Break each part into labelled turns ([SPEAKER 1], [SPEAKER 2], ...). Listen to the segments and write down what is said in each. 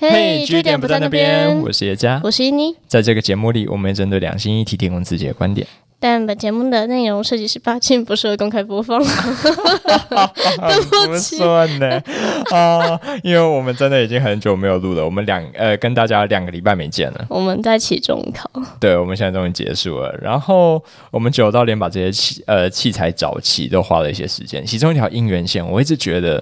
[SPEAKER 1] 嘿据点不在那边
[SPEAKER 2] 我是叶嘉。
[SPEAKER 1] 我是依妮，
[SPEAKER 2] 在这个节目里，我们针对两性议题提供自己的 观点。
[SPEAKER 1] 但本节目的内容涉及十八禁，不适合公开播放。
[SPEAKER 2] 对
[SPEAKER 1] 不起
[SPEAKER 2] 算呢啊，因为我们真的已经很久没有录了，我们两呃跟大家两个礼拜没见了。
[SPEAKER 1] 我们在期中考，
[SPEAKER 2] 对，我们现在终于结束了。然后我们久到连把这些器呃器材找齐都花了一些时间。其中一条姻缘线，我一直觉得，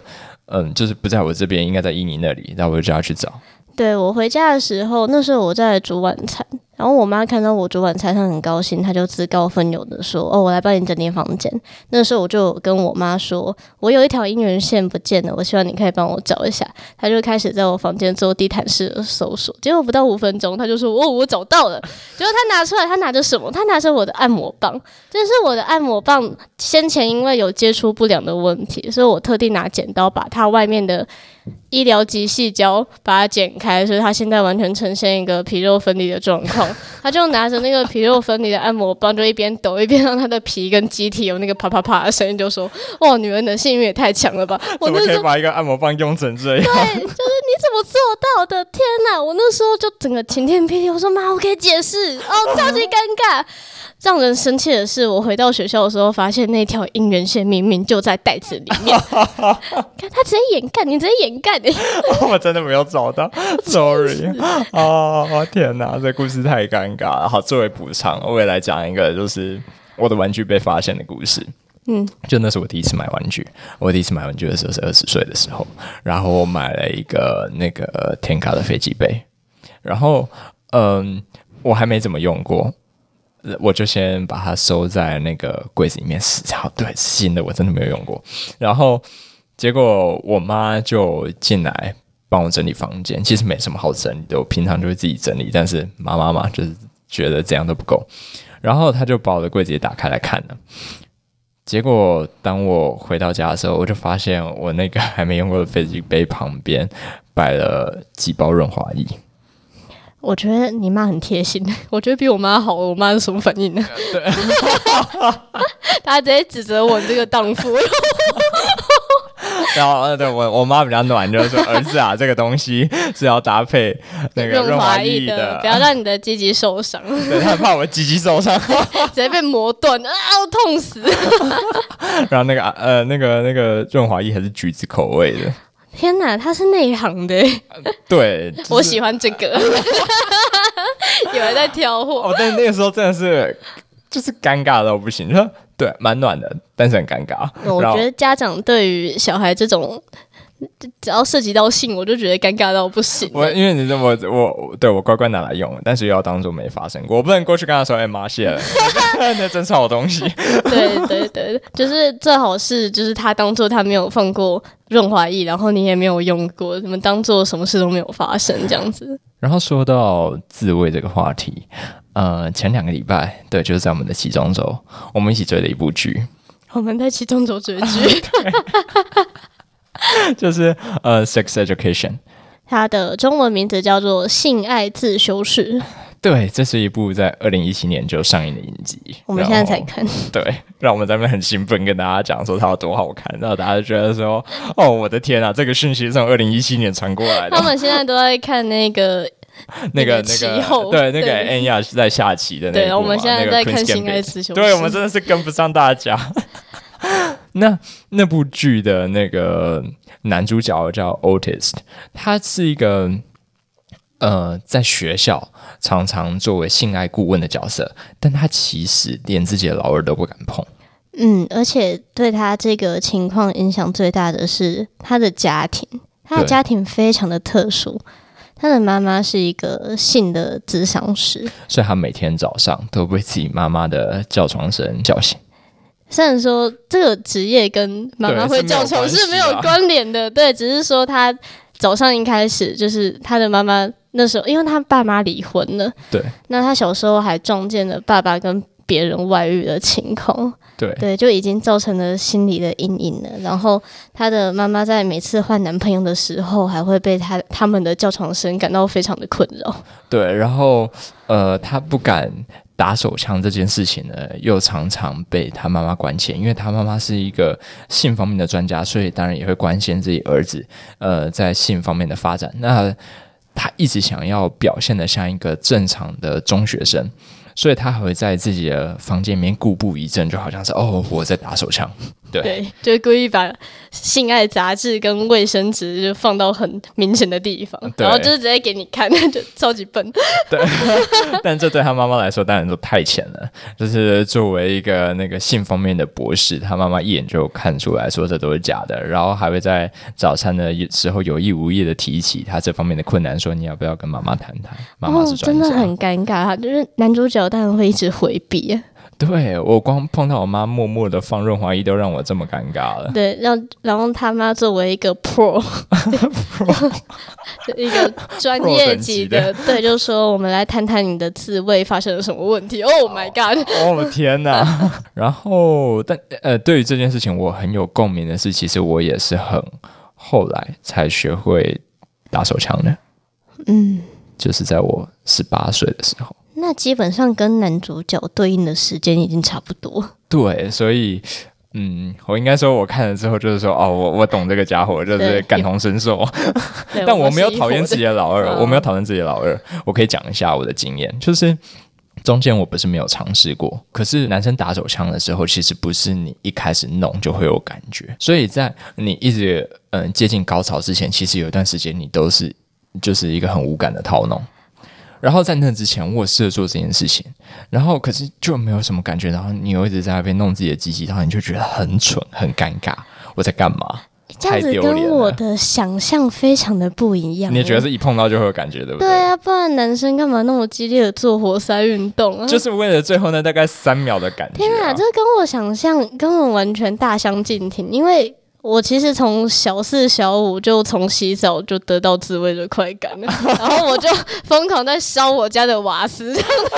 [SPEAKER 2] 嗯，就是不在我这边，应该在伊尼那里，那我就叫他去找。
[SPEAKER 1] 对我回家的时候，那时候我在煮晚餐，然后我妈看到我煮晚餐，她很高兴，她就自告奋勇的说：“哦，我来帮你整理房间。”那时候我就跟我妈说：“我有一条姻缘线不见了，我希望你可以帮我找一下。”她就开始在我房间做地毯式的搜索，结果不到五分钟，她就说：“哦，我找到了。”结果她拿出来，她拿着什么？她拿着我的按摩棒，这是我的按摩棒。先前因为有接触不良的问题，所以我特地拿剪刀把它外面的医疗级细胶把它剪开，所以它现在完全呈现一个皮肉分离的状况。他就拿着那个皮肉分离的按摩棒，就一边抖一边让他的皮跟机体有那个啪啪啪的声音，就说：“哇，女人的性欲也太强了吧！”我
[SPEAKER 2] 怎么可
[SPEAKER 1] 那时
[SPEAKER 2] 以
[SPEAKER 1] 候
[SPEAKER 2] 把一个按摩棒用成这样？
[SPEAKER 1] 你怎么做到的？天哪！我那时候就整个晴天霹雳，我说妈，我可以解释哦，超级尴尬。让人生气的是，我回到学校的时候，发现那条姻缘线明明就在袋子里 面，看他直接掩盖，你直接掩盖的。
[SPEAKER 2] 我真的没有找到，sorry 哦，天哪，这故事太尴尬了。好，作为补偿，我也来讲一个，就是我的玩具被发现的故事。
[SPEAKER 1] 嗯，
[SPEAKER 2] 就那是我第一次买玩具，我第一次买玩具的时候是二十岁的时候，然后我买了一个那个天卡的飞机杯，然后嗯，我还没怎么用过。呃我就先把它收在那个柜子里面，是好对，是新的我真的没有用过。然后结果我妈就进来帮我整理房间，其实没什么好整理的，我平常就会自己整理，但是妈妈嘛，就是觉得这样都不够，然后她就把我的柜子也打开来看了。结果当我回到家的时候，我就发现我那个还没用过的飞机杯旁边摆了几包润滑液。
[SPEAKER 1] 我觉得你妈很贴心，我觉得比我妈好。我妈是什么反应呢？对， 她直接指责我这个荡 妇。
[SPEAKER 2] 然后，呃对我我妈比较暖，就是说儿子啊，这个东西是要搭配那个润滑
[SPEAKER 1] 液
[SPEAKER 2] 液
[SPEAKER 1] 的
[SPEAKER 2] 的，，
[SPEAKER 1] 不要让你的鸡鸡受伤，
[SPEAKER 2] 对，她怕我鸡鸡受伤。
[SPEAKER 1] 直接被磨断啊！我痛死！
[SPEAKER 2] 然后那个啊呃那个那个润滑液还是橘子口味的，
[SPEAKER 1] 天哪，他是内行的 耶，
[SPEAKER 2] 对，就是
[SPEAKER 1] 我喜欢这个。 有人在挑货，
[SPEAKER 2] 哦，但那个时候真的是就是尴尬到不行，就对，蛮暖的，但是很尴尬。
[SPEAKER 1] 哦我
[SPEAKER 2] 然后
[SPEAKER 1] 觉得家长对于小孩这种，只要涉及到性，我就觉得尴尬到不行。
[SPEAKER 2] 我因为你这么我我对我乖乖拿来用，但是又要当做没发生过，我不能过去跟他说：“哎、妈，谢了， 那真是好东西。
[SPEAKER 1] 对对对，就是最好是就是他当做他没有放过润滑液，然后你也没有用过，你们当做什么事都没有发生这样子。”
[SPEAKER 2] 然后说到自慰这个话题，呃，前两个礼拜，对，就是在我们的其中周，我们一起追了一部剧，
[SPEAKER 1] 我们在其中走 绝句，
[SPEAKER 2] 就是呃，《Sex Education》。
[SPEAKER 1] 它的中文名字叫做《性爱自修室》，
[SPEAKER 2] 对，这是一部在二零一七年就上映的影集。
[SPEAKER 1] 我们现在
[SPEAKER 2] 然后
[SPEAKER 1] 才看。
[SPEAKER 2] 对，让我们在那边很兴奋，跟大家讲说它有多好看，然后大家就觉得说，哦，我的天啊，这个讯息是从二零一七年传过来的
[SPEAKER 1] 他，们现在都在看那个
[SPEAKER 2] 那个
[SPEAKER 1] 那个
[SPEAKER 2] 那
[SPEAKER 1] 其后
[SPEAKER 2] 个，对，那个
[SPEAKER 1] 对
[SPEAKER 2] N 亚是在下棋的那一
[SPEAKER 1] 对
[SPEAKER 2] 部嘛
[SPEAKER 1] 我们现在
[SPEAKER 2] 那个
[SPEAKER 1] 在看
[SPEAKER 2] Queen's
[SPEAKER 1] 性爱
[SPEAKER 2] Gambit
[SPEAKER 1] 自修室
[SPEAKER 2] 对我们真的是跟不上大家。 那那部剧的那个男主角叫 Otis，他是一个呃，在学校常常作为性爱顾问的角色，但他其实连自己的老二都不敢碰。
[SPEAKER 1] 嗯，而且对他这个情况影响最大的是他的家庭，他的
[SPEAKER 2] 对
[SPEAKER 1] 家庭非常的特殊。他的妈妈是一个性的咨商师，
[SPEAKER 2] 所以他每天早上都被自己妈妈的叫床声叫醒。
[SPEAKER 1] 虽然说这个职业跟妈
[SPEAKER 2] 对
[SPEAKER 1] 妈会叫床
[SPEAKER 2] 是
[SPEAKER 1] 是
[SPEAKER 2] 没
[SPEAKER 1] 没
[SPEAKER 2] 有关系啊
[SPEAKER 1] 有关联的，对，只是说他早上一开始就是他的妈妈那时候，因为他爸妈离婚了，
[SPEAKER 2] 对
[SPEAKER 1] 那他小时候还撞见了爸爸跟别人外遇的情况，
[SPEAKER 2] 对，
[SPEAKER 1] 对，就已经造成了心理的阴影了。然后她的妈妈在每次换男朋友的时候，还会被她他们的叫床声感到非常的困扰。
[SPEAKER 2] 对，然后呃，他不敢打手枪这件事情呢，又常常被他妈妈关切，因为他妈妈是一个性方面的专家，所以当然也会关心自己儿子呃在性方面的发展。那他一直想要表现得像一个正常的中学生，所以他还会在自己的房间里面固步一阵，就好像是哦我在打手枪， 对
[SPEAKER 1] 对，就是故意把性爱杂志跟卫生纸就放到很明显的地方，
[SPEAKER 2] 嗯对
[SPEAKER 1] 然后就是直接给你看， 就超级笨。
[SPEAKER 2] 对， 但这对他妈妈来说当然都太浅了。就是作为一个那个性方面的博士，他妈妈一眼就看出来说这都是假的，然后还会在早餐的时候有意无意的提起他这方面的困难，说你要不要跟妈妈谈谈？妈妈
[SPEAKER 1] 哦
[SPEAKER 2] 是，专
[SPEAKER 1] 真
[SPEAKER 2] 家。
[SPEAKER 1] 的很尴尬，就是男主角当然会一直回避，
[SPEAKER 2] 对我光碰到我妈默默的放润滑液都让我这么尴尬 了。
[SPEAKER 1] 对，让然后他妈作为一个 pro，, 就一个专
[SPEAKER 2] Pro
[SPEAKER 1] 业
[SPEAKER 2] 等级
[SPEAKER 1] 级的，对，就说我们来谈谈你的自慰发生了什么问题。Oh my god！
[SPEAKER 2] 哦天哪！ 然后，但呃，对于这件事情我很有共鸣的是，其实我也是很后来才学会打手枪的。
[SPEAKER 1] 嗯，
[SPEAKER 2] 就是在我十八岁的时候。
[SPEAKER 1] 那基本上跟男主角对应的时间已经差不多。
[SPEAKER 2] 对，所以嗯，我应该说，我看了之后就是说，哦，我我懂这个家伙，就是
[SPEAKER 1] 对
[SPEAKER 2] 感同身受。
[SPEAKER 1] 对
[SPEAKER 2] 但我
[SPEAKER 1] 们
[SPEAKER 2] 没有
[SPEAKER 1] 是一
[SPEAKER 2] 讨厌
[SPEAKER 1] 伙
[SPEAKER 2] 自
[SPEAKER 1] 的
[SPEAKER 2] 己的老二，
[SPEAKER 1] 嗯
[SPEAKER 2] 我没有讨厌自己的老二。我可以讲一下我的经验，就是中间我不是没有尝试过，可是男生打手枪的时候，其实不是你一开始弄就会有感觉，所以在你一直嗯接近高潮之前，其实有一段时间你都是就是一个很无感的套弄。然后在那之前，我有试着做这件事情，然后可是就没有什么感觉，然后你又一直在那边弄自己的鸡鸡，然后你就觉得很蠢、很尴尬，我在干嘛？
[SPEAKER 1] 这样子
[SPEAKER 2] 太丢脸
[SPEAKER 1] 跟我
[SPEAKER 2] 了
[SPEAKER 1] 的想象非常的不一样。
[SPEAKER 2] 你也觉得是一碰到就会有感觉，对不
[SPEAKER 1] 对啊，不然男生干嘛那么激烈的做活塞运动啊？
[SPEAKER 2] 就是为了最后那大概三秒的感觉、
[SPEAKER 1] 天啊，
[SPEAKER 2] 啊
[SPEAKER 1] 这。跟我想象根本完全大相径庭。因为我其实从小四、小五就从洗澡就得到自慰的快感 了，然后我就疯狂在烧我家的瓦斯。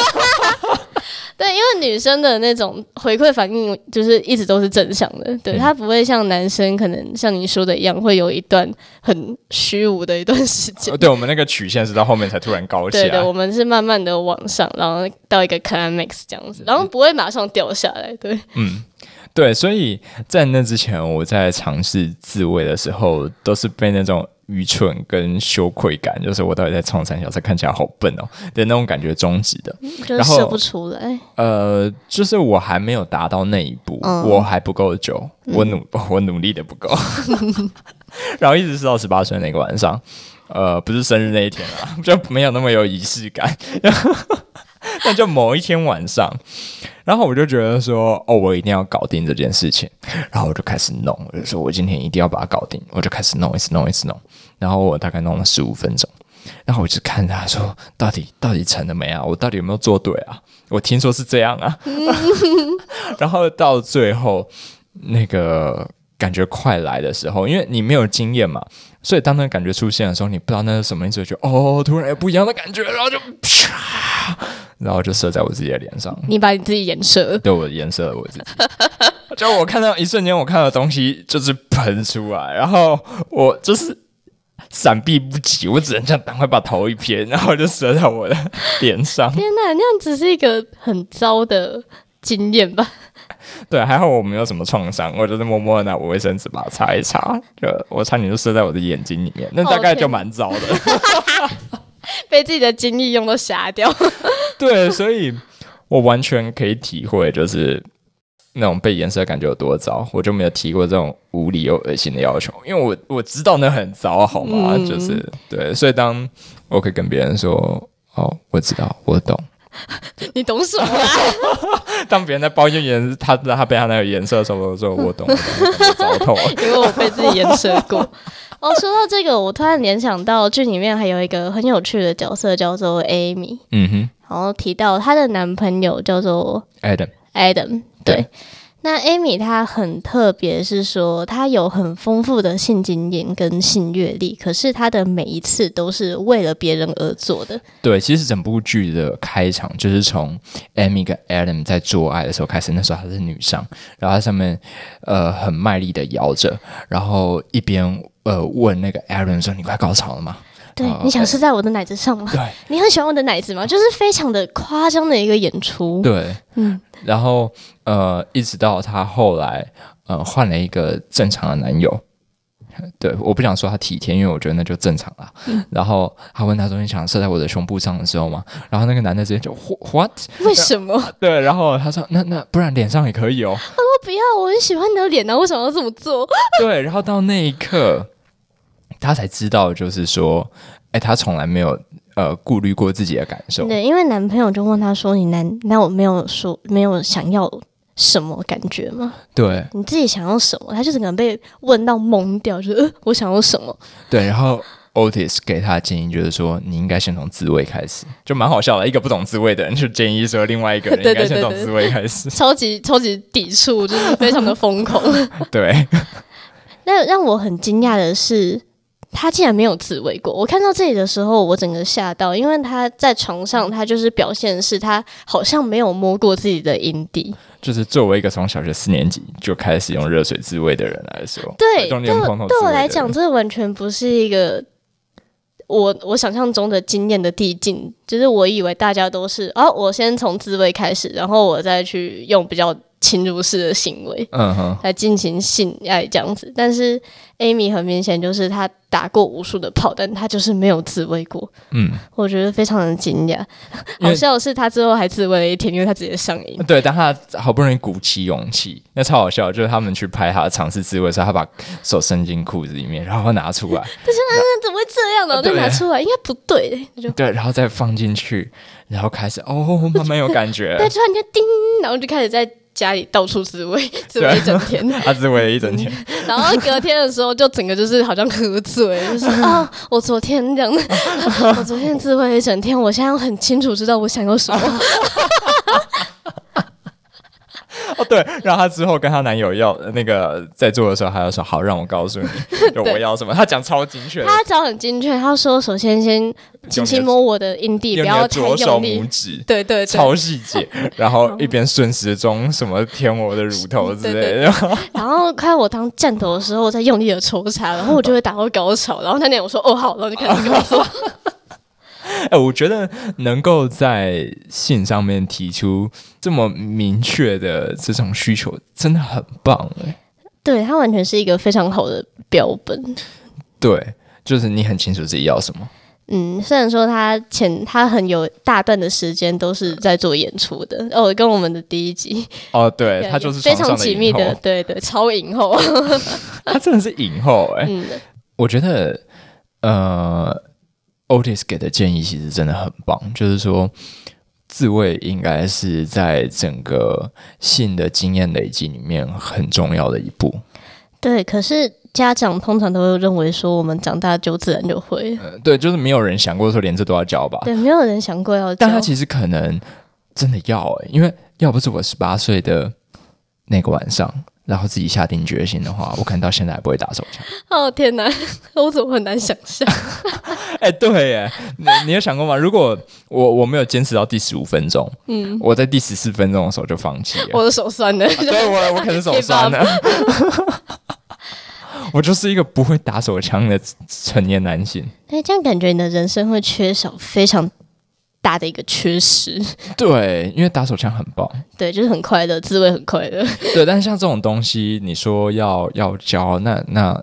[SPEAKER 1] 对，因为女生的那种回馈反应就是一直都是正向的，对，
[SPEAKER 2] 嗯
[SPEAKER 1] 她不会像男生可能像你说的一样，会有一段很虚无的一段时间
[SPEAKER 2] 呃。对我们那个曲线是到后面才突然高呃起
[SPEAKER 1] 对对，
[SPEAKER 2] 来
[SPEAKER 1] 我，们是慢慢的往上，然后到一个 climax 这样子，然后不会马上掉下来。对，
[SPEAKER 2] 嗯，对，所以在那之前，我在尝试自慰的时候，都是被那种愚蠢跟羞愧感，就是我到底在冲三小，这看起来好笨哦的那种感觉终止的。
[SPEAKER 1] 就是
[SPEAKER 2] 然后
[SPEAKER 1] 射不出来。
[SPEAKER 2] 呃，就是我还没有达到那一步，
[SPEAKER 1] 嗯
[SPEAKER 2] 我还不够久，我努我努力的不够， 然后一直是到十八岁那个晚上，呃，不是生日那一天啊，就没有那么有仪式感， 但就某一天晚上，然后我就觉得说，哦，我一定要搞定这件事情，然后我就开始弄，我就说我今天一定要把它搞定，我就开始弄，一直弄，一直弄，然后我大概弄了十五分钟。然后我就看他说，到底到底成了没啊？我到底有没有做对啊？我听说是这样啊。 然后到最后，那个感觉快来的时候，因为你没有经验嘛，所以当那个感觉出现的时候，你不知道那是什么，你只会觉得哦，突然有不一样的感觉，然后就啪，然后就射在我自己的脸上，
[SPEAKER 1] 你把你自己颜射了，
[SPEAKER 2] 对我颜色了我自己。 就我看到一瞬间，我看到的东西就是喷出来，然后我就是闪避不及，我只能这样赶快把头一偏，然后就射在我的脸上。
[SPEAKER 1] 天哪，那样只是一个很糟的经验吧？
[SPEAKER 2] 对，还好我没有什么创伤，我就是默默地拿我卫生纸把它擦一擦，就我差点就射在我的眼睛里面，那大概就蛮糟的。
[SPEAKER 1] 被自己的精力用到瞎掉。
[SPEAKER 2] 对，所以我完全可以体会，就是那种被颜色感觉有多糟，我就没有提过这种无理又恶心的要求，因为我我知道那很糟，好吗？
[SPEAKER 1] 嗯
[SPEAKER 2] 就是对，所以当我可以跟别人说。哦，我知道，我懂。
[SPEAKER 1] 你懂什么啊？
[SPEAKER 2] 当别人在抱怨颜，他他被他那个颜色的时候，我说我懂， 我懂，我懂我糟透了。
[SPEAKER 1] 因为我被自己颜射过。 哦，说到这个，我突然联想到剧里面还有一个很有趣的角色，叫做 Amy，
[SPEAKER 2] 嗯哼
[SPEAKER 1] 然后提到她的男朋友叫做
[SPEAKER 2] ，Adam，
[SPEAKER 1] Adam，
[SPEAKER 2] 对
[SPEAKER 1] 对。那 Amy 她很特别，是说她有很丰富的性经验跟性阅历，可是她的每一次都是为了别人而做的。
[SPEAKER 2] 对，其实整部剧的开场就是从 Amy 跟 Adam 在做爱的时候开始，那时候她是女上，然后她上面呃很卖力的摇着，然后一边呃问那个 Adam 说：“你快高潮了吗
[SPEAKER 1] 对，
[SPEAKER 2] 哦
[SPEAKER 1] 你想射在我的奶子上吗？？”
[SPEAKER 2] 对
[SPEAKER 1] 你很喜欢我的奶子吗？就是非常的夸张的一个演出。
[SPEAKER 2] 对，
[SPEAKER 1] 嗯，
[SPEAKER 2] 然后呃一直到她后来呃换了一个正常的男友，对，我不想说他体贴，因为我觉得那就正常啦。然后他问他说：“你想射在我的胸部上的时候吗？”然后那个男的直接就 “Wha- “What？”
[SPEAKER 1] 为什么？我
[SPEAKER 2] 对，然后他说：“那那不然脸上也可以哦。
[SPEAKER 1] 不要，我很喜欢你的脸啊，为什么要这么做？”
[SPEAKER 2] 对，然后到那一刻，他才知道，就是说，哎，他从来没有呃顾虑过自己的感受。
[SPEAKER 1] 对，因为男朋友就问她说：“你难难道没有说没有想要什么感觉吗？
[SPEAKER 2] 对
[SPEAKER 1] 你自己想要什么？”她就整个人被问到懵掉，就是、呃、我想要什么？
[SPEAKER 2] 对，然后 Otis 给他的建议就是说，你应该先从自慰开始，就蛮好笑的。一个不懂自慰的人就建议说，另外一个人
[SPEAKER 1] 对
[SPEAKER 2] 应该
[SPEAKER 1] 对
[SPEAKER 2] 先
[SPEAKER 1] 对
[SPEAKER 2] 从
[SPEAKER 1] 对
[SPEAKER 2] 自慰开 始。
[SPEAKER 1] 超级超级抵触，就是非常的疯狂。
[SPEAKER 2] 对，
[SPEAKER 1] 那让我很惊讶的是，他竟然没有自慰过。我看到这里的时候，我整个吓到，因为他在床上，他就是表现是他好像没有摸过自己的阴蒂。
[SPEAKER 2] 就是作为一个从小学四年级就开始用热水自慰的人来说，
[SPEAKER 1] 对，
[SPEAKER 2] 中
[SPEAKER 1] 对
[SPEAKER 2] 间
[SPEAKER 1] 我
[SPEAKER 2] 碰头
[SPEAKER 1] 对
[SPEAKER 2] 自慰
[SPEAKER 1] 我
[SPEAKER 2] 的
[SPEAKER 1] 来
[SPEAKER 2] 人
[SPEAKER 1] 讲，这完全不是一个。我我想象中的经验的递进，就是我以为大家都是哦，我先从自慰开始，然后我再去用比较侵入式的行为。
[SPEAKER 2] 嗯哼，
[SPEAKER 1] 来进行性爱这样子。但是 Amy 很明显就是她打过无数的炮，但她就是没有自慰过，
[SPEAKER 2] 嗯，
[SPEAKER 1] 我觉得非常的惊
[SPEAKER 2] 因
[SPEAKER 1] 讶。
[SPEAKER 2] 为呃
[SPEAKER 1] 好笑的是，她之后还自慰了一天，因为她直接上瘾。
[SPEAKER 2] 对，但他好不容易鼓起勇气，那超好笑，就是他们去拍他尝试自慰的时候，他把手伸进裤子里面，然后拿 出来，
[SPEAKER 1] 那怎么会这样呢？我就
[SPEAKER 2] 呃对
[SPEAKER 1] 拿出来，应该不对。就
[SPEAKER 2] 对，然后再放进去，然后开始 哦，慢慢有感觉
[SPEAKER 1] 但，突然间叮，然后就开始在家里到处自慰，自慰一整天。
[SPEAKER 2] 他自慰了一整天，
[SPEAKER 1] 然后隔天的时候，就整个就是好像喝醉， 就是啊、我昨天这样， 我昨天自慰了一整天，我现在很清楚知道我想要什么。
[SPEAKER 2] 哦对，然后她之后跟她男友要那个在做的时候，她就说好，让我告 诉你，就我
[SPEAKER 1] 对
[SPEAKER 2] 要什么，她讲超精确的，
[SPEAKER 1] 他找很精确，他说首先先轻轻摸我的阴蒂，
[SPEAKER 2] 用
[SPEAKER 1] 不
[SPEAKER 2] 你的
[SPEAKER 1] 要太
[SPEAKER 2] 左手
[SPEAKER 1] 用
[SPEAKER 2] 拇
[SPEAKER 1] 力。
[SPEAKER 2] 指，
[SPEAKER 1] 对对对，
[SPEAKER 2] 超细节，然后 一边顺时钟什么舔我的乳头之
[SPEAKER 1] 对
[SPEAKER 2] 类的，
[SPEAKER 1] 然后快我当战斗的时候，再用力的抽插，然后我就会达到高潮。然后他那种说哦好，然后就开始跟我 说，
[SPEAKER 2] 哎、我觉得能够在信上面提出这么明确的这种需求，真的很棒哎、
[SPEAKER 1] 对他完全是一个非常好的标本。
[SPEAKER 2] 对，就是你很清楚自己要什么。
[SPEAKER 1] 嗯，虽然说他前他很有大段的时间都是在做演出的，哦，跟我们的第一集，
[SPEAKER 2] 哦，对，
[SPEAKER 1] 对
[SPEAKER 2] 她就是
[SPEAKER 1] 非
[SPEAKER 2] 床上
[SPEAKER 1] 常紧密
[SPEAKER 2] 影后
[SPEAKER 1] 的，，对对，超影后，
[SPEAKER 2] 她真的是影后哎、
[SPEAKER 1] 嗯，
[SPEAKER 2] 我觉得，呃，Otis 给的建议其实真的很棒，就是说，自慰应该是在整个性的经验累积里面很重要的一步。
[SPEAKER 1] 对。可是家长通常都会认为说，我们长大就自然就会了，
[SPEAKER 2] 呃，对，就是没有人想过说连这都要教吧？
[SPEAKER 1] 对，没有人想过要教。
[SPEAKER 2] 但他其实可能真的要、欸，因为要不是我十八岁的那个晚上，然后自己下定决心的话，我可能到现在还不会打手枪。
[SPEAKER 1] 哦天哪， 我怎么很难想象？
[SPEAKER 2] 哎、对，哎，你你有想过吗？如果我我没有坚持到第十五分钟，嗯，我在第十四分钟的时候就放弃了，啊
[SPEAKER 1] 我的手酸了。
[SPEAKER 2] 对我我可能手酸了。 我就是一个不会打手枪的成年男性。
[SPEAKER 1] 哎，这样感觉你的人生会缺少非常大的一个缺失。
[SPEAKER 2] 对，因为打手枪很棒。
[SPEAKER 1] 对，就是很快乐，滋味很快乐。
[SPEAKER 2] 对，但是像这种东西，你说要要教，那那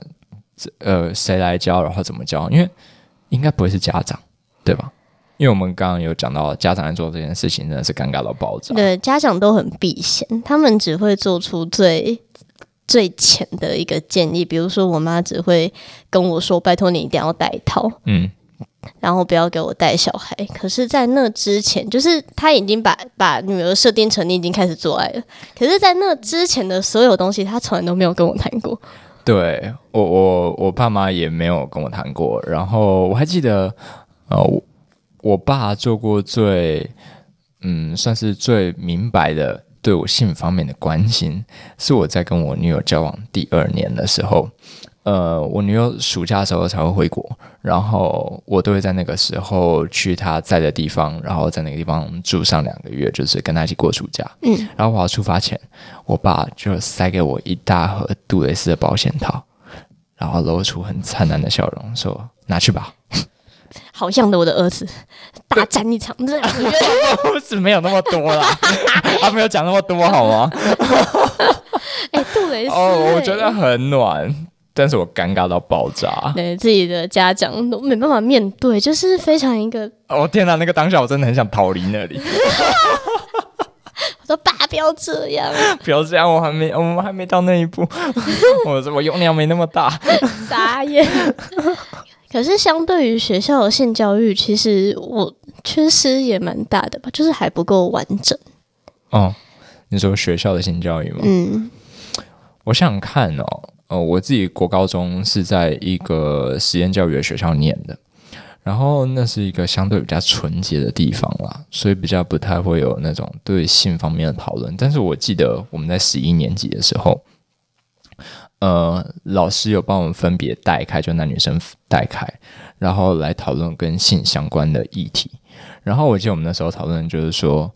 [SPEAKER 2] 这呃，谁来教，然后怎么教？因为应该不会是家长，对吧？因为我们刚刚有讲到，家长在做这件事情真的是尴尬到爆炸。
[SPEAKER 1] 对，家长都很避嫌，他们只会做出最。最浅的一个建议，比如说我妈只会跟我说：“拜托你一定要带套，
[SPEAKER 2] 嗯，
[SPEAKER 1] 然后不要给我带小孩。”可是，在那之前，就是她已经把把女儿设定成你已经开始做爱了。可是，在那之前的所有东西，她从来都没有跟我谈过。
[SPEAKER 2] 对我我我爸妈也没有跟我谈过，然后我还记得，呃，我我爸做过最嗯，算是最明白的对我性方面的关心，是我在跟我女友交往第二年的时候，呃，我女友暑假的时候才会回国，然后我都会在那个时候去她在的地方，然后在那个地方住上两个月，就是跟她一起过暑假。
[SPEAKER 1] 嗯，
[SPEAKER 2] 然后我要出发前，我爸就塞给我一大盒杜蕾斯的保险套，然后露出很灿烂的笑容，说：“拿去吧。
[SPEAKER 1] 好样的，我的儿子，大战一场这样。我觉得”
[SPEAKER 2] 不 是没有那么多 啦，他没有讲那么多好吗？
[SPEAKER 1] 哎，杜蕾斯、
[SPEAKER 2] 哦，我觉
[SPEAKER 1] 哎
[SPEAKER 2] 得很暖。但是我尴尬到爆炸。
[SPEAKER 1] 对自己的家长都没办法面对，就是非常一个，
[SPEAKER 2] 哦天哪，那个当下我真的很想逃离那里，
[SPEAKER 1] 我说爸不要这样，
[SPEAKER 2] 不要这样，我还没，我们还没到那一步， 我我用量没那么大。
[SPEAKER 1] 傻 眼。可是相对于学校的性教育，其实我缺失也蛮大的吧，就是还不够完整。
[SPEAKER 2] 哦，你说学校的性教育吗？
[SPEAKER 1] 嗯，
[SPEAKER 2] 我想想看哦，呃，我自己国高中是在一个实验教育的学校念的，然后那是一个相对比较纯洁的地方啦，所以比较不太会有那种对性方面的讨论。但是我记得我们在十一年级的时候，呃，老师有帮我们分别带开，就男女生带开，然后来讨论跟性相关的议题。然后我记得我们那时候讨论就是说，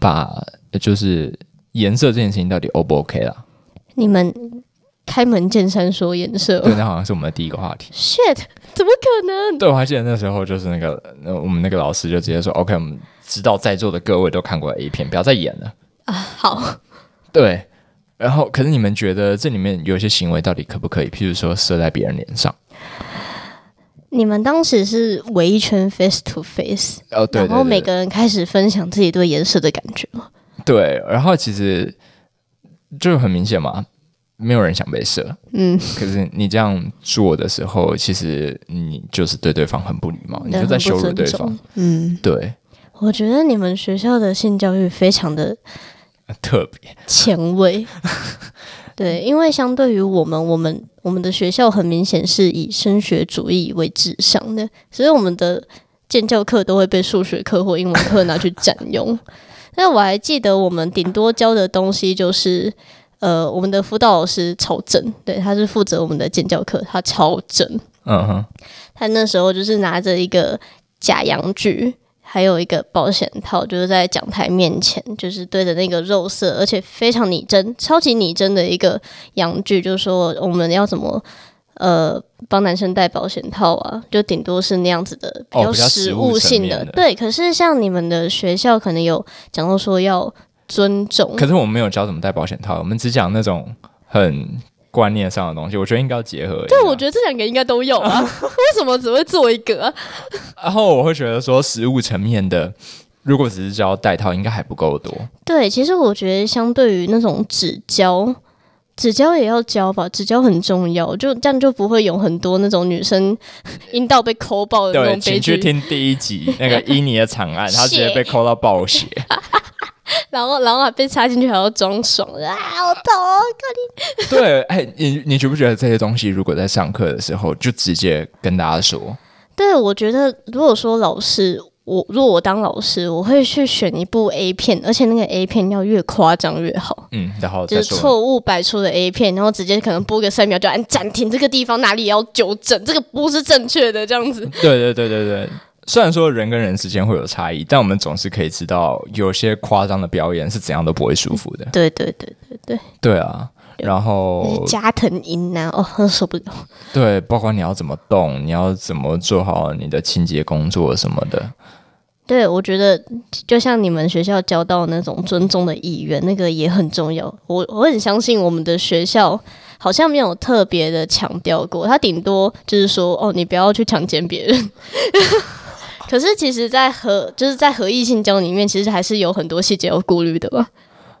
[SPEAKER 2] 把就是颜色这件事情到底 O 不 OK 啦？
[SPEAKER 1] 你们开门见山说颜色
[SPEAKER 2] 对，那好像是我们的第一个话题。
[SPEAKER 1] ，shit，怎么可能？
[SPEAKER 2] 对，我还记得那时候就是那个，那我们那个老师就直接说：“OK，我们知道在座的各位都看过 A 片，不要再演了。
[SPEAKER 1] 好，”
[SPEAKER 2] 对，然后可是你们觉得这里面有一些行为到底可不可以？譬如说射在别人脸上，
[SPEAKER 1] 你们当时是围一圈 face to face，
[SPEAKER 2] 哦，对
[SPEAKER 1] 然后
[SPEAKER 2] 对
[SPEAKER 1] 每
[SPEAKER 2] 对
[SPEAKER 1] 个人开始分享自己对颜色的感觉吗？
[SPEAKER 2] 对，然后其实就很明显嘛，没有人想被射，
[SPEAKER 1] 嗯，
[SPEAKER 2] 可是你这样做的时候，其实你就是对对方很不礼貌，你就在羞辱对
[SPEAKER 1] 很不
[SPEAKER 2] 方
[SPEAKER 1] 尊，重。嗯，
[SPEAKER 2] 对，
[SPEAKER 1] 我觉得你们学校的性教育非常的
[SPEAKER 2] 特别，
[SPEAKER 1] 前 卫。对，因为相对于我们，我们我们的学校很明显是以升学主义为至上的，所以我们的建教课都会被数学课或英文课拿去占用。那我还记得我们顶多教的东西就是，呃，我们的辅导老师超正，对，他是负责我们的建教课，他超正。
[SPEAKER 2] 嗯哼，
[SPEAKER 1] 他那时候就是拿着一个假洋具，还有一个保险套，就是在讲台面前，就是对着那个肉色，而且非常拟真、超级拟真的一个洋具，就说我们要怎么。呃，帮男生戴保险套啊，就顶多是那样子的，
[SPEAKER 2] 哦
[SPEAKER 1] 较
[SPEAKER 2] 比较
[SPEAKER 1] 实
[SPEAKER 2] 实物
[SPEAKER 1] 物
[SPEAKER 2] 层
[SPEAKER 1] 性
[SPEAKER 2] 面
[SPEAKER 1] 的。
[SPEAKER 2] 的
[SPEAKER 1] 对，可是像你们的学校可能有讲到说要尊重，
[SPEAKER 2] 可是我们没有教怎么戴保险套，我们只讲那种很观念上的东西。我觉得应该要结合。
[SPEAKER 1] 对，我觉得这两个应该都有 啊，为什么只会做一个啊、
[SPEAKER 2] 得，然后我会觉得说，实物层面的，如果只是教戴套，应该还不够多。
[SPEAKER 1] 对，其实我觉得相对于那种纸胶，纸胶也要教吧，纸胶很重要，就这样就不会有很多那种女生 阴道被抠爆呃的那
[SPEAKER 2] 对，
[SPEAKER 1] 种悲
[SPEAKER 2] 请去
[SPEAKER 1] 剧。
[SPEAKER 2] 听第一集那个伊尼的惨案，他直接被扣到暴 血。
[SPEAKER 1] 然后，然后还被插进去还要装爽啊，好痛哦！
[SPEAKER 2] 对，哎，你你觉不觉得这些东西，如果在上课的时候就直接跟大家说，
[SPEAKER 1] 对，我觉得如果说老师，我如果我当老师，我会去选一部 A 片，而且那个 A 片要越夸张越好。
[SPEAKER 2] 嗯，然后
[SPEAKER 1] 就
[SPEAKER 2] 再
[SPEAKER 1] 是
[SPEAKER 2] 说，
[SPEAKER 1] 错误百出的 A 片，然后直接可能播个三秒就按暂停，这个地方哪里要纠正，这个不是正确的这样子。
[SPEAKER 2] 对对对对对。虽然说人跟人之间会有差异，但我们总是可以知道，有些夸张的表演是怎样都不会舒服的。
[SPEAKER 1] 对对对
[SPEAKER 2] 对啊，然
[SPEAKER 1] 那
[SPEAKER 2] 后
[SPEAKER 1] 是加藤鹰啊，哦， 受不了。
[SPEAKER 2] 对，包括你要怎么动，你要怎么做好你的清洁工作什么的。
[SPEAKER 1] 对，我觉得就像你们学校教到那种尊重的意愿，那个也很重要。我我很相信我们的学校好像没有特别的强调过，他顶多就是说哦，你不要去强奸别人。 可是其实，在和就是在合意性交里面，其实还是有很多细节要顾虑的吧。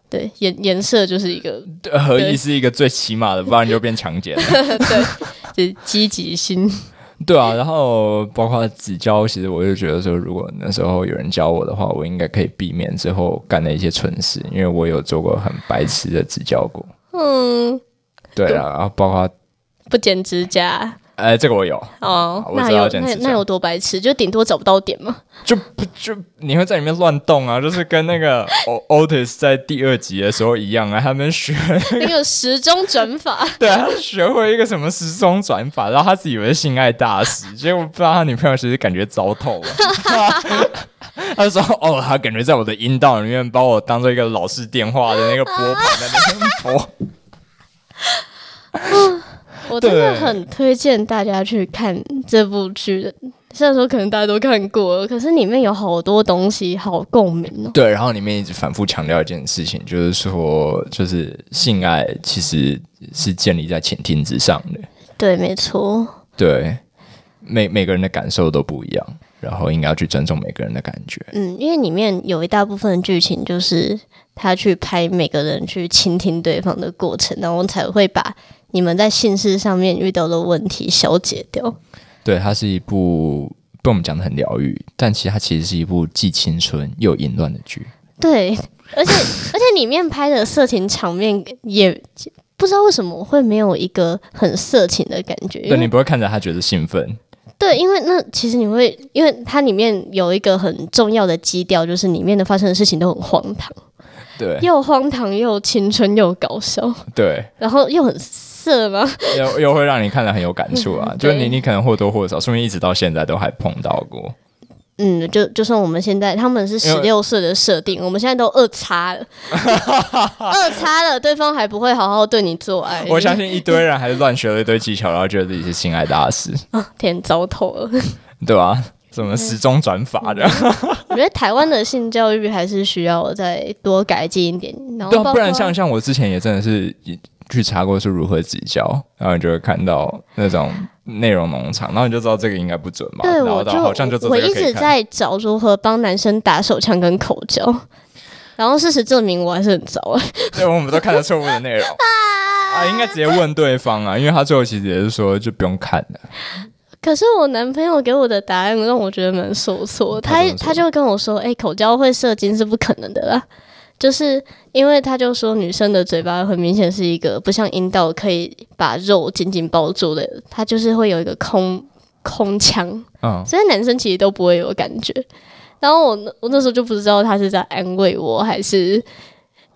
[SPEAKER 1] 对，颜颜色就是一个
[SPEAKER 2] 对合一是一个最起码的，不然你就变强奸了。
[SPEAKER 1] 就是积极性。
[SPEAKER 2] 对啊，然后包括指教，其实我就觉得说，如果那时候有人教我的话，我应该可以避免之后干的一些蠢事，因为我有做过很白痴的指教过。
[SPEAKER 1] 嗯，
[SPEAKER 2] 对啊，然后包括
[SPEAKER 1] 不剪指甲
[SPEAKER 2] 哎、这个我有，
[SPEAKER 1] 哦
[SPEAKER 2] 好，我
[SPEAKER 1] 那还
[SPEAKER 2] 知道
[SPEAKER 1] 有
[SPEAKER 2] 剪
[SPEAKER 1] 那
[SPEAKER 2] 指甲
[SPEAKER 1] 那有多白痴？就顶多找不到点嘛。
[SPEAKER 2] 就不就你会在里面乱动啊，就是跟那个 O- Otis 在第二集的时候一样啊，他们学
[SPEAKER 1] 那 个时钟转法。
[SPEAKER 2] 对啊，他学会一个什么时钟转法，然后他自以为是性爱大师，结果不知道他女朋友其实感觉糟透了。 他就说：“哦，他感觉在我的阴道里面把我当做一个老式电话的那个拨盘在那边拨。
[SPEAKER 1] 我真的
[SPEAKER 2] 对
[SPEAKER 1] 很推荐大家去看这部剧的，虽然说可能大家都看过了，可是里面有好多东西好共鸣哦。
[SPEAKER 2] 对，然后里面一直反复强调一件事情，就是说，就是性爱其实是建立在倾听之上的。
[SPEAKER 1] 对，没错，
[SPEAKER 2] 对，每每个人的感受都不一样，然后应该要去尊重每个人的感觉。
[SPEAKER 1] 嗯，因为里面有一大部分的剧情就是他去拍每个人去倾听对方的过程，然后才会把你们在性事上面遇到的问题消解掉。
[SPEAKER 2] 对，它是一部被我们讲的很疗愈，但其实它其实是一部既青春又淫乱的剧。
[SPEAKER 1] 对，而且而且里面拍的色情场面也不知道为什么会没有一个很色情的感觉，因
[SPEAKER 2] 对，你
[SPEAKER 1] 为
[SPEAKER 2] 不会看着它觉得兴奋。
[SPEAKER 1] 对，因为那其实你会，因为它里面有一个很重要的基调，就是里面的发生的事情都很荒唐，
[SPEAKER 2] 对
[SPEAKER 1] 又荒唐又青春又搞笑，
[SPEAKER 2] 对，
[SPEAKER 1] 然后又很色嘛，
[SPEAKER 2] 又又会让你看了很有感触啊。就是你
[SPEAKER 1] 对
[SPEAKER 2] 你可能或多或少，说明一直到现在都还碰到过。
[SPEAKER 1] 嗯，就就算我们现在他们是
[SPEAKER 2] 因
[SPEAKER 1] 十
[SPEAKER 2] 为
[SPEAKER 1] 六岁的设定，我们现在都二 叉了，二叉了，对方还不会好好对你做爱，
[SPEAKER 2] 我相信一堆人还是乱学了一堆技巧，然后觉得自己是性爱大师，
[SPEAKER 1] 天糟透了。
[SPEAKER 2] 对吧、什么
[SPEAKER 1] 嗯
[SPEAKER 2] 时钟转法的，
[SPEAKER 1] 我觉得台湾的性教育还是需要再多改进一点，然后
[SPEAKER 2] 对、
[SPEAKER 1] 包
[SPEAKER 2] 啊，
[SPEAKER 1] 括
[SPEAKER 2] 不然像像我之前也真的是去查过是如何指教，然后你就会看到那种内容农场，然后你就知道这个应该不准嘛，
[SPEAKER 1] 对
[SPEAKER 2] 然
[SPEAKER 1] 我
[SPEAKER 2] 后
[SPEAKER 1] 就
[SPEAKER 2] 到好像就知道
[SPEAKER 1] 我
[SPEAKER 2] 这
[SPEAKER 1] 一
[SPEAKER 2] 个可
[SPEAKER 1] 直
[SPEAKER 2] 以看。
[SPEAKER 1] 在找如何帮男生打手枪跟口交， 然后事实证明我还是很糟啊。
[SPEAKER 2] 对，我们都看了错误的 内容啊，应该直接问对方啊，因为他最后其实也是说就不用看了，
[SPEAKER 1] 可是我男朋友给我的答案让我觉得蛮受挫，
[SPEAKER 2] 他怎么说
[SPEAKER 1] 他他就跟我说：“哎、口交会射精是不可能的啦。”就是因为他就说女生的嘴巴很明显是一个不像阴道可以把肉紧紧包住的，它就是会有一个空空腔，
[SPEAKER 2] 嗯，
[SPEAKER 1] 所以男生其实都不会有感觉。然后我那我那时候就不知道他是在安慰我，还是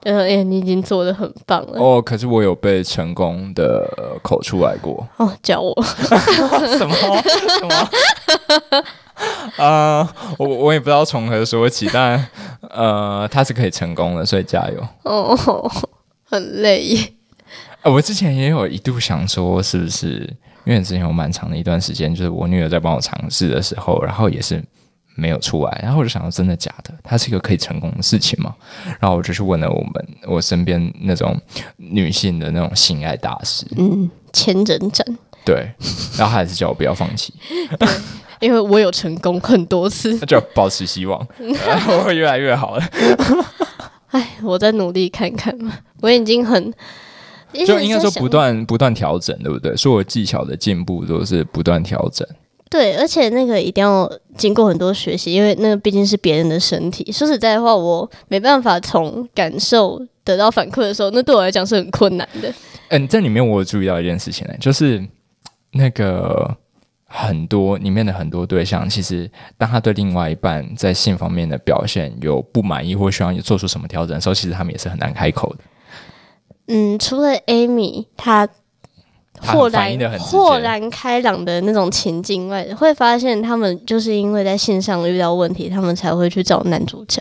[SPEAKER 1] 呃，哎、你已经做的很棒了，哦
[SPEAKER 2] 哦，可是我有被成功的呃口出来过，
[SPEAKER 1] 教哦我，
[SPEAKER 2] 什么什么？ 呃，我我也不知道从何说起，但呃，他是可以成功的，所以加油。
[SPEAKER 1] 哦，很累耶。
[SPEAKER 2] 呃我之前也有一度想说，是不是因为之前有蛮长的一段时间，就是我女儿在帮我尝试的时候，然后也是没有出来，然后我就想说，真的假的？它是一个可以成功的事情吗？然后我就去问了我们我身边那种女性的那种性爱大师，
[SPEAKER 1] 嗯，千人斩，
[SPEAKER 2] 对，然后她还是叫我不要放弃，
[SPEAKER 1] 因为我有成功很多次，
[SPEAKER 2] 就保持希望，然后会越来越好的。
[SPEAKER 1] 哎，我再努力看看嘛。我已经很，一直
[SPEAKER 2] 就
[SPEAKER 1] 在
[SPEAKER 2] 应该说
[SPEAKER 1] 想
[SPEAKER 2] 不断不断调整，对不对？所以我技巧的进步都是不断调整。
[SPEAKER 1] 对，而且那个一定要经过很多学习，因为那个毕竟是别人的身体。说实在话，我没办法从感受得到反馈的时候，那对我来讲是很困难的。
[SPEAKER 2] 嗯，这里面我有注意到一件事情呢、就是那个很多里面的很多对象，其实当他对另外一半在性方面的表现有不满意或需要做出什么调整的时候，其实他们也是很难开口的。
[SPEAKER 1] 嗯，除了 Amy 她
[SPEAKER 2] 她
[SPEAKER 1] 豁
[SPEAKER 2] 反
[SPEAKER 1] 然
[SPEAKER 2] 应得很直接
[SPEAKER 1] 豁然开朗的那种情境外，会发现他们就是因为在线上遇到问题，他们才会去找男主角。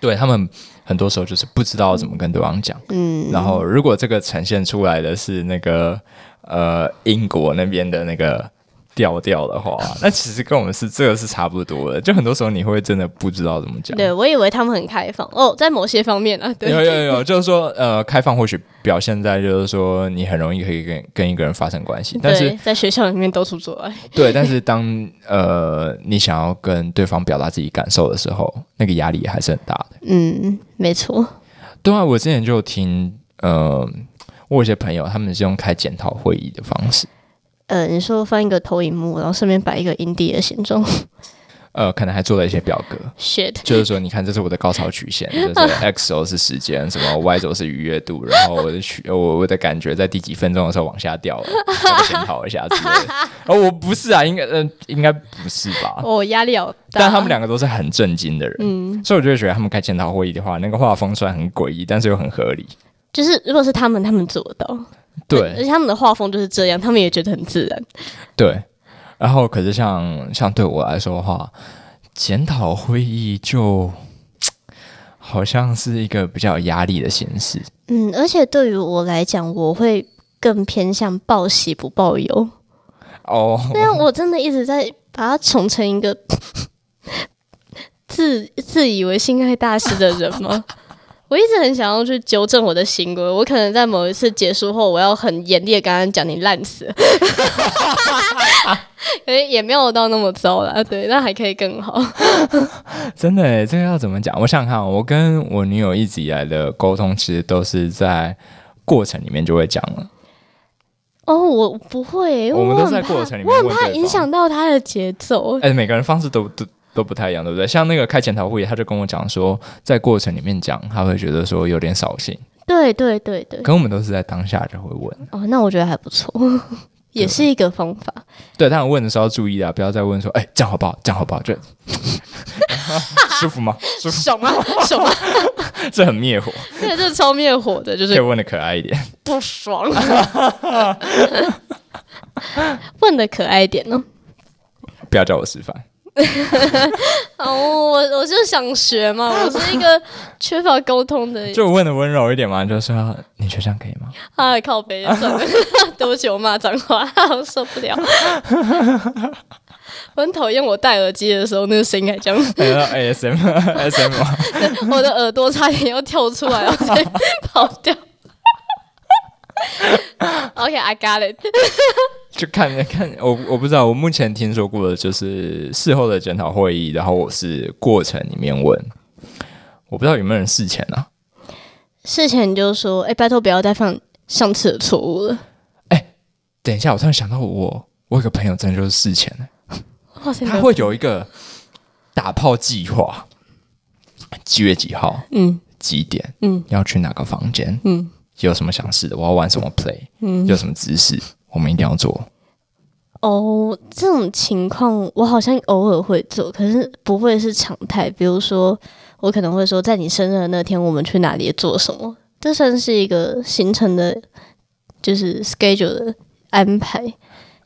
[SPEAKER 2] 对他们很多时候就是不知道怎么跟对方讲。
[SPEAKER 1] 嗯，
[SPEAKER 2] 然后，如果这个呈现出来的是那个呃英国那边的那个调调的话，那其实跟我们是这个是差不多的。就很多时候你会真的不知道怎么讲。
[SPEAKER 1] 对，我以为他们很开放哦，在某些方面啊，对，
[SPEAKER 2] 有有有，就是说，呃，开放或许表现在就是说，你很容易可以跟跟一个人发生关系，但是
[SPEAKER 1] 对，在学校里面到处做爱，
[SPEAKER 2] 对，但是当呃你想要跟对方表达自己感受的时候，那个压力还是很大的。
[SPEAKER 1] 嗯，没错，
[SPEAKER 2] 对啊，我之前就有听，呃，我有些朋友他们是用开检讨会议的方式，
[SPEAKER 1] 呃，你说翻一个投影幕，然后顺便摆一个阴蒂的形状
[SPEAKER 2] 呃，可能还做了一些表格，
[SPEAKER 1] ，shit，
[SPEAKER 2] 就是说，你看，这是我的高潮曲线，就是 x 轴是时间，什么 y 轴是愉悦度，然后我的曲，呃我我的感觉在第几分钟的时候往下掉了，要不检讨一下之类的。哦，我不是啊，应该，嗯、应该不嗯是吧？
[SPEAKER 1] 哦，压力好大，
[SPEAKER 2] 啊
[SPEAKER 1] 嗯
[SPEAKER 2] 但他们两个都是很震惊的人，所以我就会觉得他们开检讨会议的话，那个画风虽然很诡异，但是又很合理。
[SPEAKER 1] 就是如果是他们，他们做得到，而且
[SPEAKER 2] 对
[SPEAKER 1] 他们的画风就是这样，他们也觉得很自然，
[SPEAKER 2] 对，然后可是像像对我来说的话，检讨会议就好像是一个比较有压力的形式。
[SPEAKER 1] 嗯，而且对于我来讲，我会更偏向报喜不报忧，
[SPEAKER 2] 哦，
[SPEAKER 1] 对啊，我真的一直在把他宠成一个 自自以为性爱大师的人吗？ 我一直很想要去纠正我的行为，我可能在某一次结束后，我要很严厉的跟他讲你烂死了， 可是也没有到那么糟啦，对，那还可以更好。
[SPEAKER 2] 真的耶，这个要怎么讲？我想想看，我跟我女友一直以来的沟通，其实都是在过程里面就会讲了。
[SPEAKER 1] 哦，我不会、因为
[SPEAKER 2] 我们都
[SPEAKER 1] 很
[SPEAKER 2] 在
[SPEAKER 1] 怕
[SPEAKER 2] 过程里面
[SPEAKER 1] 我很
[SPEAKER 2] 问
[SPEAKER 1] 怕
[SPEAKER 2] 对
[SPEAKER 1] 影
[SPEAKER 2] 方
[SPEAKER 1] 响到他的节奏。
[SPEAKER 2] 哎，每个人方式都都都不太一样，对不对？像那个开检讨会，他就跟我讲说，在过程里面讲，他会觉得说有点扫兴。
[SPEAKER 1] 对对对对，
[SPEAKER 2] 可我们都是在当下就会问，
[SPEAKER 1] 哦，那我觉得还不错，也
[SPEAKER 2] 啊
[SPEAKER 1] 是一个方 法。
[SPEAKER 2] 对，但问的时候要注意啊，不要再问说，哎，这样好不好？这样好 不好？这舒服吗？舒服，
[SPEAKER 1] 爽啊，爽啊！
[SPEAKER 2] 这很灭火，
[SPEAKER 1] 这个是超灭火的，就
[SPEAKER 2] 可以
[SPEAKER 1] 是
[SPEAKER 2] 问的可爱一点。
[SPEAKER 1] 不爽。问的可爱一点哦呢、
[SPEAKER 2] 不要叫我示范。
[SPEAKER 1] 哦。我我就想学嘛，我是一个缺乏沟通的人。
[SPEAKER 2] 就问的温柔一点嘛，就说你觉得这样可以吗？
[SPEAKER 1] 啊，靠北，算了， 对不起，我骂脏话， 我受 不了。我很讨厌我戴耳机的时候那个声音还这样，
[SPEAKER 2] ASM ASM，
[SPEAKER 1] 我的耳朵差点要跳出 来，然后再跑掉。OK，I、got it。
[SPEAKER 2] 就看 看我我不知道，我目前听说过的就是事后的检讨会议，然后我是过程里面问，我不知道有没有人事前啊？
[SPEAKER 1] 事前就说，哎、拜托不要再犯上次的错误了。
[SPEAKER 2] 等一下，我突然想到我我有个朋友真的就是事前的，
[SPEAKER 1] 哇塞，
[SPEAKER 2] 他会有一个打炮计划，几月几号
[SPEAKER 1] 嗯
[SPEAKER 2] 几点
[SPEAKER 1] 嗯
[SPEAKER 2] 要去哪个房间，
[SPEAKER 1] 嗯，
[SPEAKER 2] 有什么想试的，我要玩什么 play，嗯，有什么姿势，我们一定要做。
[SPEAKER 1] 哦，这种情况我好像偶尔会做，可是不会是常态。比如说，我可能会说，在你生日的那天，我们去哪里做什么，这算是一个行程的，就是 schedule 的安排。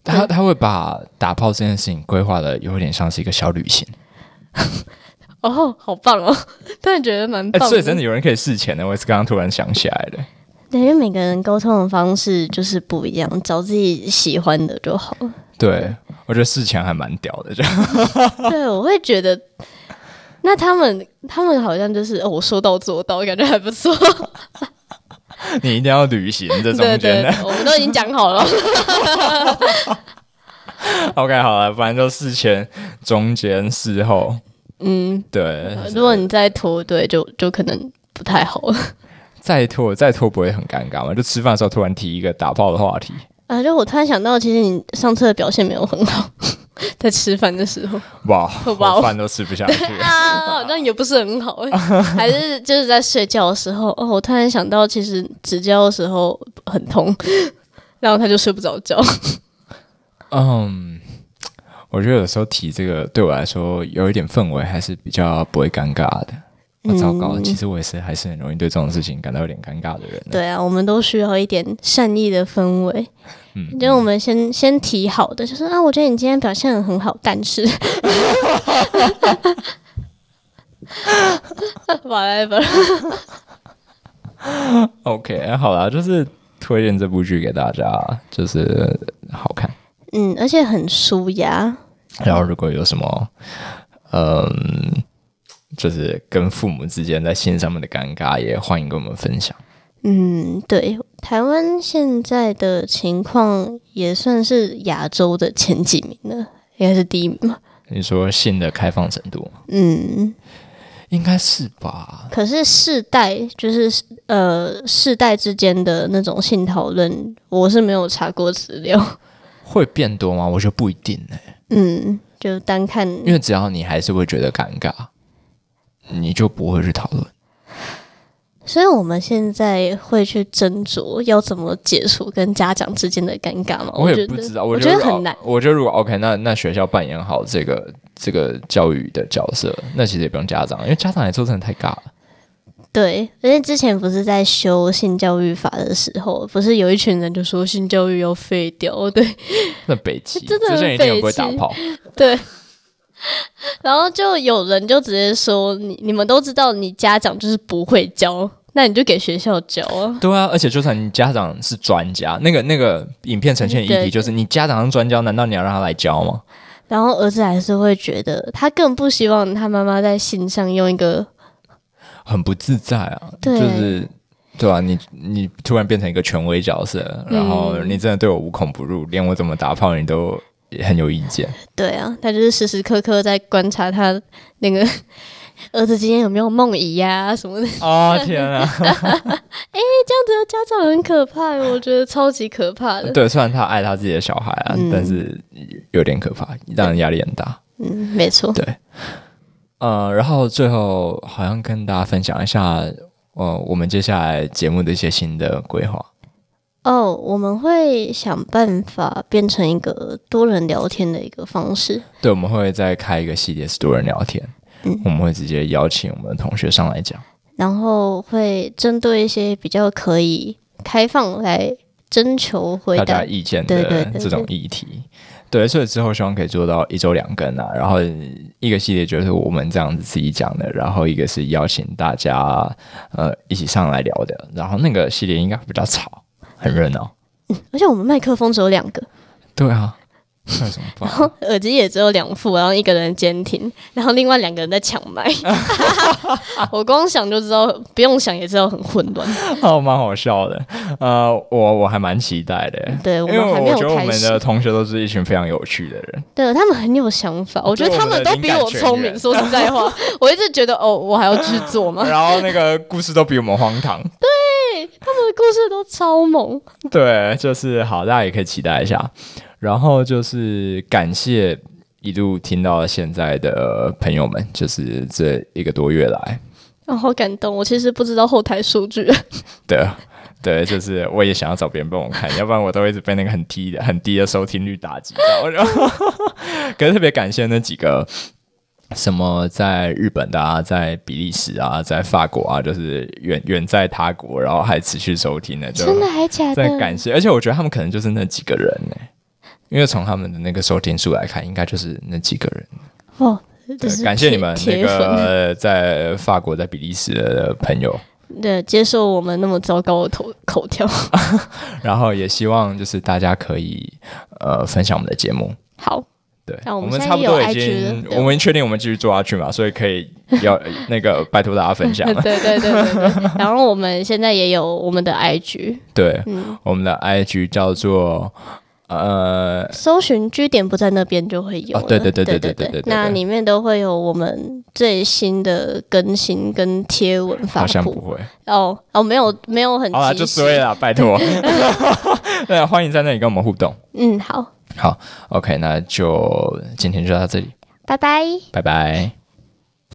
[SPEAKER 2] 他他会把打炮这件事情规划的有点像是一个小旅行，
[SPEAKER 1] 哦，好棒哦！ 突然觉得蛮
[SPEAKER 2] 哎、
[SPEAKER 1] 棒的、
[SPEAKER 2] 所以真的有人可以事前的，我也是刚刚突然想起来的。
[SPEAKER 1] 对，因为每个人沟通的方式就是不一样，找自己喜欢的就好了。
[SPEAKER 2] 对，我觉得事前还蛮屌的，这样
[SPEAKER 1] 对，我会觉得，那他们他们好像就是、哦、我说到做到，感觉还不错。
[SPEAKER 2] 你一定要旅行这中
[SPEAKER 1] 对对
[SPEAKER 2] 间的。
[SPEAKER 1] 对，我们都已经讲好了。
[SPEAKER 2] OK，好了，反正就事前、中间、事后，
[SPEAKER 1] 嗯，
[SPEAKER 2] 对。
[SPEAKER 1] 如果你再拖，对，就就可能不太好了。
[SPEAKER 2] 再拖再拖不会很尴尬吗？就吃饭的时候突然提一个打炮的话题，
[SPEAKER 1] 啊，就我突然想到，其实你上次的表现没有很好， 在吃饭的时候
[SPEAKER 2] 哇，
[SPEAKER 1] 哇。
[SPEAKER 2] 我饭都吃不下去
[SPEAKER 1] 啊，好像也不是很好、欸，还是就是在睡觉的时候，哦，我突然想到，其实指教的时候很痛， 然后他就睡不着觉。
[SPEAKER 2] 嗯，我觉得有时候提这个对我来说有一点氛围还是比较不会尴尬的。啊、糟糕，
[SPEAKER 1] 嗯
[SPEAKER 2] 其实我也是还是很容易对这种事情感到有点尴尬的人。
[SPEAKER 1] 对啊，我们都需要一点善意的氛围。嗯，就是我们先先提好的，就是啊，我觉得你今天表现得很好，但是 ，whatever，
[SPEAKER 2] OK，好哎啦，就是推荐这部剧给大家，就是好看。
[SPEAKER 1] 嗯，而且很舒压，
[SPEAKER 2] 然后如果有什么，嗯，就是跟父母之间在性上面的尴尬，也欢迎跟我们分享。
[SPEAKER 1] 嗯，对，台湾现在的情况也算是亚洲的前几名了，应该是第一名嘛，
[SPEAKER 2] 你说性的开放程度，
[SPEAKER 1] 嗯，
[SPEAKER 2] 应该是吧？
[SPEAKER 1] 可是世代就是呃世代之间的那种性讨论，我是没有查过资料。
[SPEAKER 2] 会变多吗？我觉得不一定呢、
[SPEAKER 1] 嗯，就单看
[SPEAKER 2] 因为只要你还是会觉得尴尬，你就不会去讨论。
[SPEAKER 1] 所以我们现在会去斟酌要怎么解除跟家长之间的尴尬嘛？
[SPEAKER 2] 哦我也
[SPEAKER 1] 觉
[SPEAKER 2] 不
[SPEAKER 1] 得
[SPEAKER 2] 知道，
[SPEAKER 1] 我
[SPEAKER 2] 觉得
[SPEAKER 1] 觉
[SPEAKER 2] 哦
[SPEAKER 1] 得
[SPEAKER 2] 如果
[SPEAKER 1] 很难。
[SPEAKER 2] 我觉得如果 OK，那那学校扮演好这个这个教育的角色，那其实也不用家长，因为家长来做真的太尬了。
[SPEAKER 1] 对，因为之前不是在修性教育法的时候，不是有一群人就说性教育要废掉，对，
[SPEAKER 2] 那北极
[SPEAKER 1] 真的
[SPEAKER 2] 这
[SPEAKER 1] 很
[SPEAKER 2] 些人一定有不会
[SPEAKER 1] 北
[SPEAKER 2] 打
[SPEAKER 1] 极
[SPEAKER 2] 炮，
[SPEAKER 1] 对。然后就有人就直接说：“你你们都知道，你家长就是不会教，那你就给学校教啊。
[SPEAKER 2] 对啊，而且就算你家长是专家，那个那个影片呈现的议
[SPEAKER 1] 嗯对
[SPEAKER 2] 题就是你家长是专家，难道你要让他来教吗？”
[SPEAKER 1] 然后儿子还是会觉得，他更不希望他妈妈在信上用一个
[SPEAKER 2] 很不自在啊，
[SPEAKER 1] 对
[SPEAKER 2] 就是对啊，你你突然变成一个权威角色，
[SPEAKER 1] 嗯
[SPEAKER 2] 然后你真的对我无孔不入，连我怎么打炮你都很有意见。
[SPEAKER 1] 对啊，他就是时时刻刻在观察他那个 儿子今天有没有梦遗呀什么的，
[SPEAKER 2] 哦天啊！
[SPEAKER 1] 家长很可怕，我觉得超级可怕的。
[SPEAKER 2] 对，虽然他爱他自己的小孩啊，
[SPEAKER 1] 嗯
[SPEAKER 2] 但是有点可怕，让人压力很大。
[SPEAKER 1] 嗯，没错，
[SPEAKER 2] 对，呃，然后最后好像跟大家分享一下，呃，我们接下来节目的一些新的规划。
[SPEAKER 1] 哦我们会想办法变成一个多人聊天的一个方式。
[SPEAKER 2] 对，我们会再开一个系列，是多人聊天。
[SPEAKER 1] 嗯
[SPEAKER 2] 我们会直接邀请我们的同学上来讲。
[SPEAKER 1] 然后会针对一些比较可以开放来征求回
[SPEAKER 2] 大
[SPEAKER 1] 答
[SPEAKER 2] 家。意见
[SPEAKER 1] 对
[SPEAKER 2] 的
[SPEAKER 1] 对对
[SPEAKER 2] 这种议题。对，所以之后希望可以做到一周两更啊，然后一个系列就是我们这样子自己讲的，然后一个是邀请大家呃一起上来聊的，然后那个系列应该比较吵，很热闹。
[SPEAKER 1] 而且我们麦克风只有两个，
[SPEAKER 2] 对 啊，那怎么办？
[SPEAKER 1] 耳机也只有两副，然后一个人监听，然后另外两个人在抢 麦。我光想就知道，不用想也知道很混 乱。
[SPEAKER 2] 哦，蛮好笑的。呃，我我还蛮期待的。
[SPEAKER 1] 对我
[SPEAKER 2] 因为
[SPEAKER 1] 们还没
[SPEAKER 2] 我觉得
[SPEAKER 1] 有
[SPEAKER 2] 我
[SPEAKER 1] 开
[SPEAKER 2] 们的
[SPEAKER 1] 始，
[SPEAKER 2] 同学都是一群非常有趣的人，
[SPEAKER 1] 对他们很有想法，我觉得他们都比我聪明。说实在 话，我一直觉得哦，我还要去做吗？
[SPEAKER 2] 然后那个故事都比我们荒唐。
[SPEAKER 1] 他们的故事都超猛，
[SPEAKER 2] 对，就是好，大家也可以期待一下。然后就是感谢一路听到现在的朋友们，就是这一个多月来，
[SPEAKER 1] 然、哦后好感动。我其实不知道后台数 据，
[SPEAKER 2] 对对，就是我也想要找别人帮我看，要不然我都一直被那个很低的、很低的收听率打击到。然后， 可是特别感谢那几个。什么在日本的啊，在比利时啊，在法国啊，就是远远在他国，然后还持续收听的，就
[SPEAKER 1] 真的还假
[SPEAKER 2] 在
[SPEAKER 1] 的？
[SPEAKER 2] 感谢，而且我觉得他们可能就是那几个人呢、因为从他们的那个收听数来看，应该就是那几个人。
[SPEAKER 1] 哦，这
[SPEAKER 2] 对，
[SPEAKER 1] 是
[SPEAKER 2] 感谢
[SPEAKER 1] 铁
[SPEAKER 2] 你们那
[SPEAKER 1] 铁粉，
[SPEAKER 2] 个 在法国、在比利时的朋友，
[SPEAKER 1] 对，接受我们那么糟糕的口口条。
[SPEAKER 2] 然后也希望就是大家可以呃分享我们的节目。
[SPEAKER 1] 好，
[SPEAKER 2] 对，
[SPEAKER 1] 啊那我们
[SPEAKER 2] 们
[SPEAKER 1] 现
[SPEAKER 2] 差
[SPEAKER 1] 在
[SPEAKER 2] 不
[SPEAKER 1] 也有
[SPEAKER 2] 多已
[SPEAKER 1] IG
[SPEAKER 2] 经
[SPEAKER 1] 了，对
[SPEAKER 2] 我们确定我们继续做下去嘛，所以可以要 那个拜托大家分 享
[SPEAKER 1] 对
[SPEAKER 2] 了。
[SPEAKER 1] 对对对对。然后我们现在也有我们的 IG，
[SPEAKER 2] 对，
[SPEAKER 1] 嗯，
[SPEAKER 2] 我们的 IG 叫做呃
[SPEAKER 1] 搜寻据点不在那边就会有了、
[SPEAKER 2] 哦对对对
[SPEAKER 1] 对
[SPEAKER 2] 对对对对对
[SPEAKER 1] 那里面都会有我们最新的更新跟贴文发
[SPEAKER 2] 好像不
[SPEAKER 1] 布。
[SPEAKER 2] 会，
[SPEAKER 1] 哦哦，没有没有很
[SPEAKER 2] 好啦，
[SPEAKER 1] 及
[SPEAKER 2] 就
[SPEAKER 1] 时
[SPEAKER 2] 对了，拜 托。对，欢迎在那里跟我们互动。
[SPEAKER 1] 嗯，好，
[SPEAKER 2] 好，OK，那就今天就到这里，
[SPEAKER 1] 拜拜。
[SPEAKER 2] 拜拜。